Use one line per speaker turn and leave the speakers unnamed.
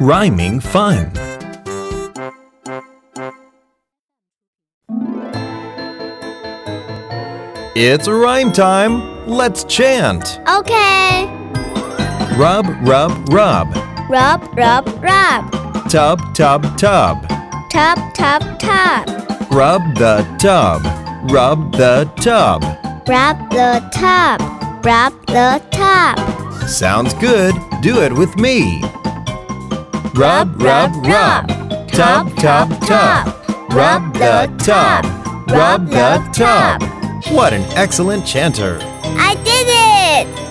Rhyming fun. It's rhyme time. Let's chant.
Okay.
Rub, rub, rub.
Rub, rub, rub.
Tub, tub, tub.
Tub, tub, tub.
Rub the tub. Rub the tub.
Rub the tub. Rub the tub.
Sounds good. Do it with me. Rub, rub, rub. Tub, tub, tub. Rub the tub. Rub the tub. What an excellent chanter.
I did it!